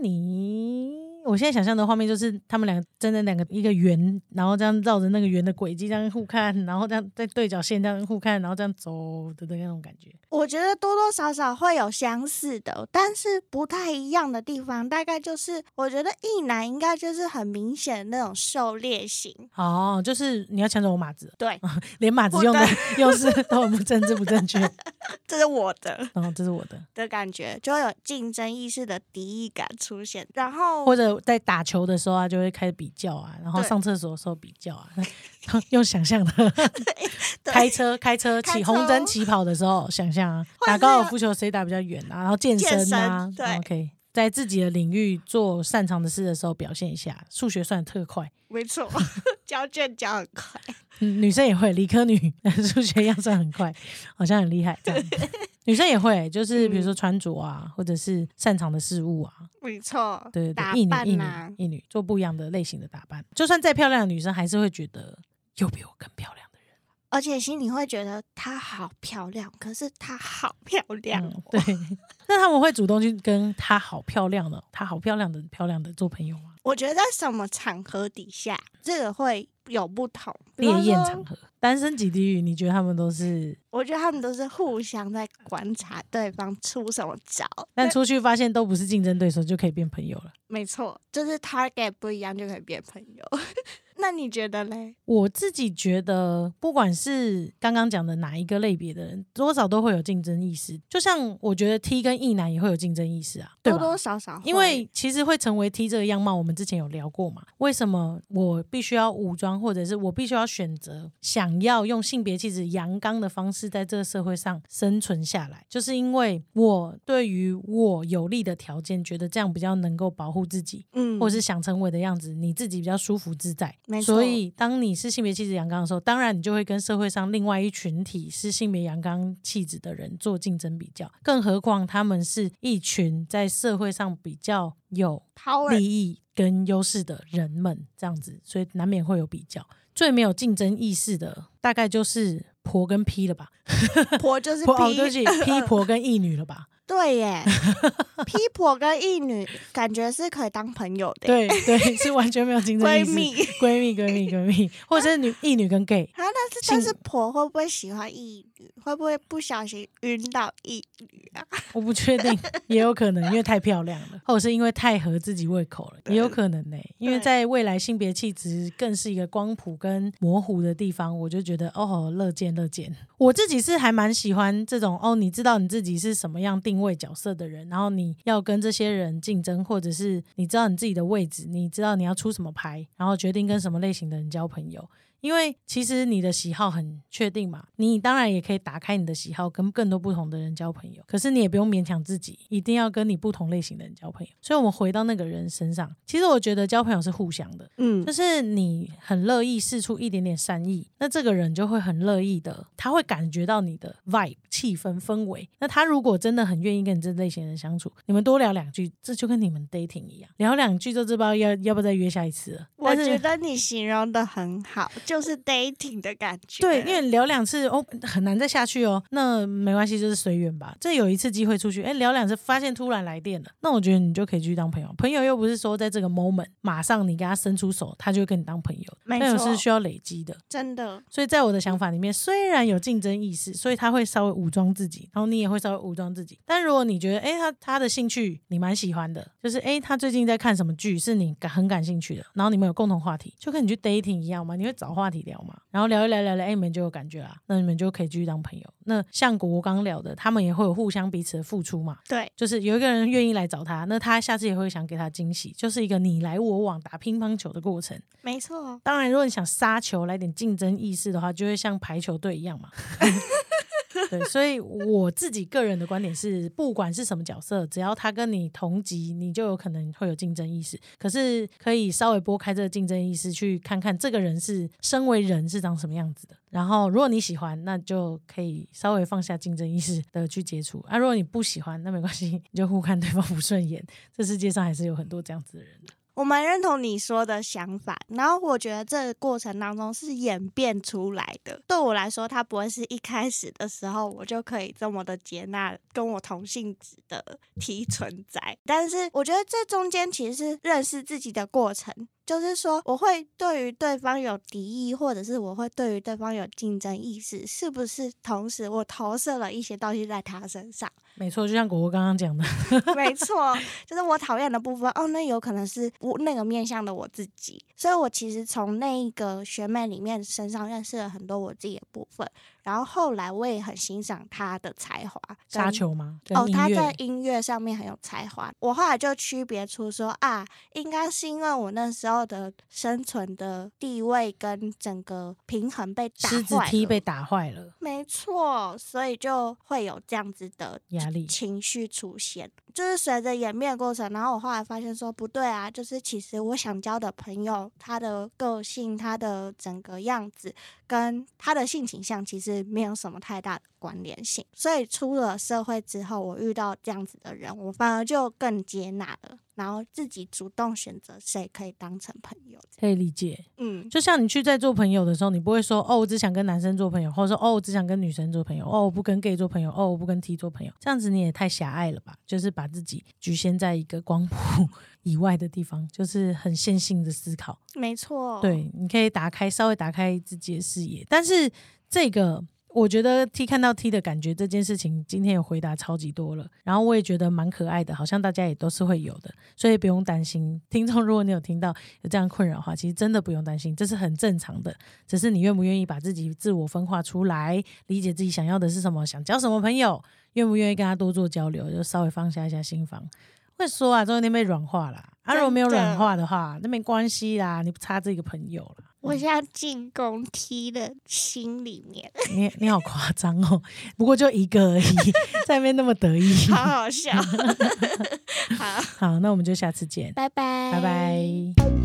Speaker 1: 你。我现在想象的画面就是他们两个站在两个一个圆，然后这样绕着那个圆的轨迹这样互看，然后这样在对角线这样互看，然后这样走的那种感觉。
Speaker 2: 我觉得多多少少会有相似的，但是不太一样的地方，大概就是我觉得一男应该就是很明显的那种狩猎型，
Speaker 1: 哦，就是你要抢走我马子，
Speaker 2: 对，
Speaker 1: 连马子
Speaker 2: 我
Speaker 1: 用的
Speaker 2: 的
Speaker 1: 又是都很不政治不正确。
Speaker 2: 这是我的
Speaker 1: 然后这是我的，
Speaker 2: 的感觉，就会有竞争意识的敌意感出现。然后
Speaker 1: 或者在打球的时候啊，就会开始比较啊，然后
Speaker 2: 对
Speaker 1: 上厕所的时候比较啊， 用想象的。
Speaker 2: 对
Speaker 1: 开车开车
Speaker 2: 开
Speaker 1: 起
Speaker 2: 车
Speaker 1: 红灯起跑的时候想象啊，
Speaker 2: 或
Speaker 1: 打
Speaker 2: 者是
Speaker 1: 高尔夫球谁打比较远啊，然后健
Speaker 2: 健
Speaker 1: 身啊
Speaker 2: 身对
Speaker 1: ，OK。在自己的领域做擅长的事的时候表现一下，数学算得特快，
Speaker 2: 没错， 交卷交很快，
Speaker 1: 嗯女生也会，理科女数学要算很快，好像很厉害这样。女生也会，就是比如说
Speaker 2: 嗯
Speaker 1: 穿着啊，或者是擅长的事物啊，
Speaker 2: 没错，
Speaker 1: 对对
Speaker 2: 打
Speaker 1: 对，一女一
Speaker 2: 扮
Speaker 1: 女
Speaker 2: 啊，
Speaker 1: 一女做不一样的类型的打扮，就算再漂亮的女生，还是会觉得有比我更漂亮的人。
Speaker 2: 而且心里会觉得她好漂亮，可是她好漂亮、哦
Speaker 1: 嗯对，那他们会主动去跟她好漂亮的、她好漂亮的、漂亮的做朋友吗？
Speaker 2: 我觉得在什么场合底下，这个会有不同。比
Speaker 1: 烈
Speaker 2: 方
Speaker 1: 焰
Speaker 2: 说
Speaker 1: 场合，单身级地狱，你觉得他们都是？
Speaker 2: 我觉得他们都是互相在观察对方出什么招，
Speaker 1: 但出去发现都不是竞争对手，就可以变朋友了。
Speaker 2: 没错，就是 target 不一样就可以变朋友。 那你觉得嘞？
Speaker 1: 我自己觉得，不管是刚刚讲的哪一个类别的人，多少都会有竞争意识。就像我觉得 T 跟 E 男也会有竞争意识啊，对
Speaker 2: 多
Speaker 1: 吧？
Speaker 2: 多少少会，
Speaker 1: 因为其实会成为 T 这个样貌，我们之前有聊过嘛。为什么我必须要武装，或者是我必须要选择想要用性别气质阳刚的方式在这个社会上生存下来？就是因为我对于我有利的条件，觉得这样比较能够保护自己，
Speaker 2: 嗯
Speaker 1: 或是想成为的样子，你自己比较舒服自在。
Speaker 2: 没错。
Speaker 1: 所以，当你是性别气质阳刚的时候，当然你就会跟社会上另外一群体是性别阳刚气质的人做竞争比较，更何况他们是一群在社会上比较有
Speaker 2: power
Speaker 1: 利益跟优势的人们，这样子，所以难免会有比较。最没有竞争意识的，大概就是婆跟 P 了吧？
Speaker 2: 婆就是
Speaker 1: 婆哦，
Speaker 2: P，
Speaker 1: 对不起 ，P 婆跟异女了吧？
Speaker 2: 对 耶，P 婆跟异女感觉是可以当朋友的耶，
Speaker 1: 对对，是完全没有竞争意
Speaker 2: 闺
Speaker 1: 识。
Speaker 2: 蜜。
Speaker 1: 闺蜜，闺蜜，闺 蜜，或者是女异女跟 gay，
Speaker 2: 啊，但是但
Speaker 1: 性
Speaker 2: 是婆会不会喜欢异女？会不会不小心晕到异女啊？
Speaker 1: 我不确定，也有可能因为太漂亮了，或者是因为太合自己胃口了，也有可能呢、因为
Speaker 2: 对
Speaker 1: 在未来性别气质更是一个光谱跟模糊的地方，我就觉得哦，乐见乐见。我自己是还蛮喜欢这种哦，你知道你自己是什么样定位角色的人，然后你要跟这些人竞争，或者是你知道你自己的位置，你知道你要出什么牌，然后决定跟什么类型的人交朋友。因为其实你的喜好很确定嘛，你当然也可以打开你的喜好，跟更多不同的人交朋友。可是你也不用勉强自己，一定要跟你不同类型的人交朋友。所以，我们回到那个人身上，其实我觉得交朋友是互相的，
Speaker 2: 嗯
Speaker 1: 就，是你很乐意试出一点点善意，那这个人就会很乐意的，他会感觉到你的 vibe 气氛氛围。那他如果真的很愿意跟你这类型的人相处，你们多聊两句，这就跟你们 dating 一样，聊两句就知道要要不要再约下一次了。
Speaker 2: 我
Speaker 1: 但是
Speaker 2: 觉得你形容的很好，就是 dating 的感觉。
Speaker 1: 对，因为聊两次哦，很难再下去哦。那没关系，就是随缘吧。这有一次机会出去，哎，聊两次发现突然来电了，那我觉得你就可以继续当朋友。朋友又不是说在这个 moment 马上你跟他伸出手，他就会跟你当朋友。
Speaker 2: 没
Speaker 1: 朋友
Speaker 2: 错
Speaker 1: 是需要累积的。
Speaker 2: 真的
Speaker 1: 所以在我的想法里面，虽然有竞争意识，所以他会稍微武装自己，然后你也会稍微武装自己。但如果你觉得，哎、他他的兴趣你蛮喜欢的，就是哎、诶他最近在看什么剧是你感很感兴趣的，然后你们有共同话题，就跟你去 dating 一样嘛，你会找话题聊嘛，然后聊一聊聊聊，哎、你们就有感觉啦，那你们就可以继续当朋友。那像果果刚聊的，他们也会有互相彼此的付出嘛，
Speaker 2: 对，
Speaker 1: 就是有一个人愿意来找他，那他下次也会想给他惊喜，就是一个你来我往打乒乓球的过程。
Speaker 2: 没错。
Speaker 1: 当然，如果你想杀球来点竞争意识的话，就会像排球队一样嘛。对，所以我自己个人的观点是，不管是什么角色，只要他跟你同级，你就有可能会有竞争意识。可是可以稍微拨开这个竞争意识，去看看这个人是身为人是长什么样子的。然后，如果你喜欢，那就可以稍微放下竞争意识的去接触；啊，如果你不喜欢，那没关系，你就互看对方不顺眼。这世界上还是有很多这样子的人的。
Speaker 2: 我蛮认同你说的想法，然后我觉得这个过程当中是演变出来的。对我来说，它不会是一开始的时候我就可以这么的接纳跟我同性质的提存在，但是我觉得这中间其实是认识自己的过程。就是说，我会对于对方有敌意，或者是我会对于对方有竞争意识，是不是？同时，我投射了一些东西在他身上。
Speaker 1: 没错，就像果果刚刚讲的，
Speaker 2: 没错，就是我讨厌的部分哦，那有可能是我那个面向的我自己，所以我其实从那一个学妹里面身上认识了很多我自己的部分，然后后来我也很欣赏她的才华，跟
Speaker 1: 杀球吗？跟
Speaker 2: 哦，
Speaker 1: 音
Speaker 2: 她
Speaker 1: 乐
Speaker 2: 在音乐上面很有才华，我后来就区别出说啊，应该是因为我那时候的生存的地位跟整个平衡被打
Speaker 1: 狮子
Speaker 2: 坏
Speaker 1: 踢
Speaker 2: 了
Speaker 1: 被打坏了，
Speaker 2: 没错，所以就会有这样子的
Speaker 1: 压力
Speaker 2: 情绪出现，就是随着演变的过程。然后我后来发现说不对啊，就是其实我想交的朋友，他的个性、他的整个样子跟他的性倾向其实没有什么太大的关联性。所以出了社会之后，我遇到这样子的人，我反而就更接纳了，然后自己主动选择谁可以当成朋友。
Speaker 1: 可以理解。
Speaker 2: 嗯，
Speaker 1: 就像你去在做朋友的时候，你不会说哦，我只想跟男生做朋友，或者说哦，我只想跟女生做朋友，哦，我不跟 gay 做朋友，哦，我不跟 T 做朋友，这样子你也太狭隘了吧？就是把自己局限在一个光谱 以外的地方，就是很线性的思考。
Speaker 2: 没错，，
Speaker 1: 对，你可以打开稍微打开自己的视野，但是这个。我觉得 T 看到 T 的感觉这件事情，今天有回答超级多了，然后我也觉得蛮可爱的，好像大家也都是会有的，所以不用担心。听众，如果你有听到有这样困扰的话，其实真的不用担心，这是很正常的。只是你愿不愿意把自己自我分化出来，理解自己想要的是什么，想交什么朋友，愿不愿意跟他多做交流，就稍微放下一下心房。会说啊，中间被软化啦。啊，如果没有
Speaker 2: 真的
Speaker 1: 软化的话，那没关系啦，你不差这个朋友啦。
Speaker 2: 我现在进攻踢的心里面。
Speaker 1: 你你好夸张哦，不过就一个而已， 在那边那么得意。
Speaker 2: 好好笑。好，
Speaker 1: 好，那我们就下次见，
Speaker 2: 拜拜，
Speaker 1: 拜拜。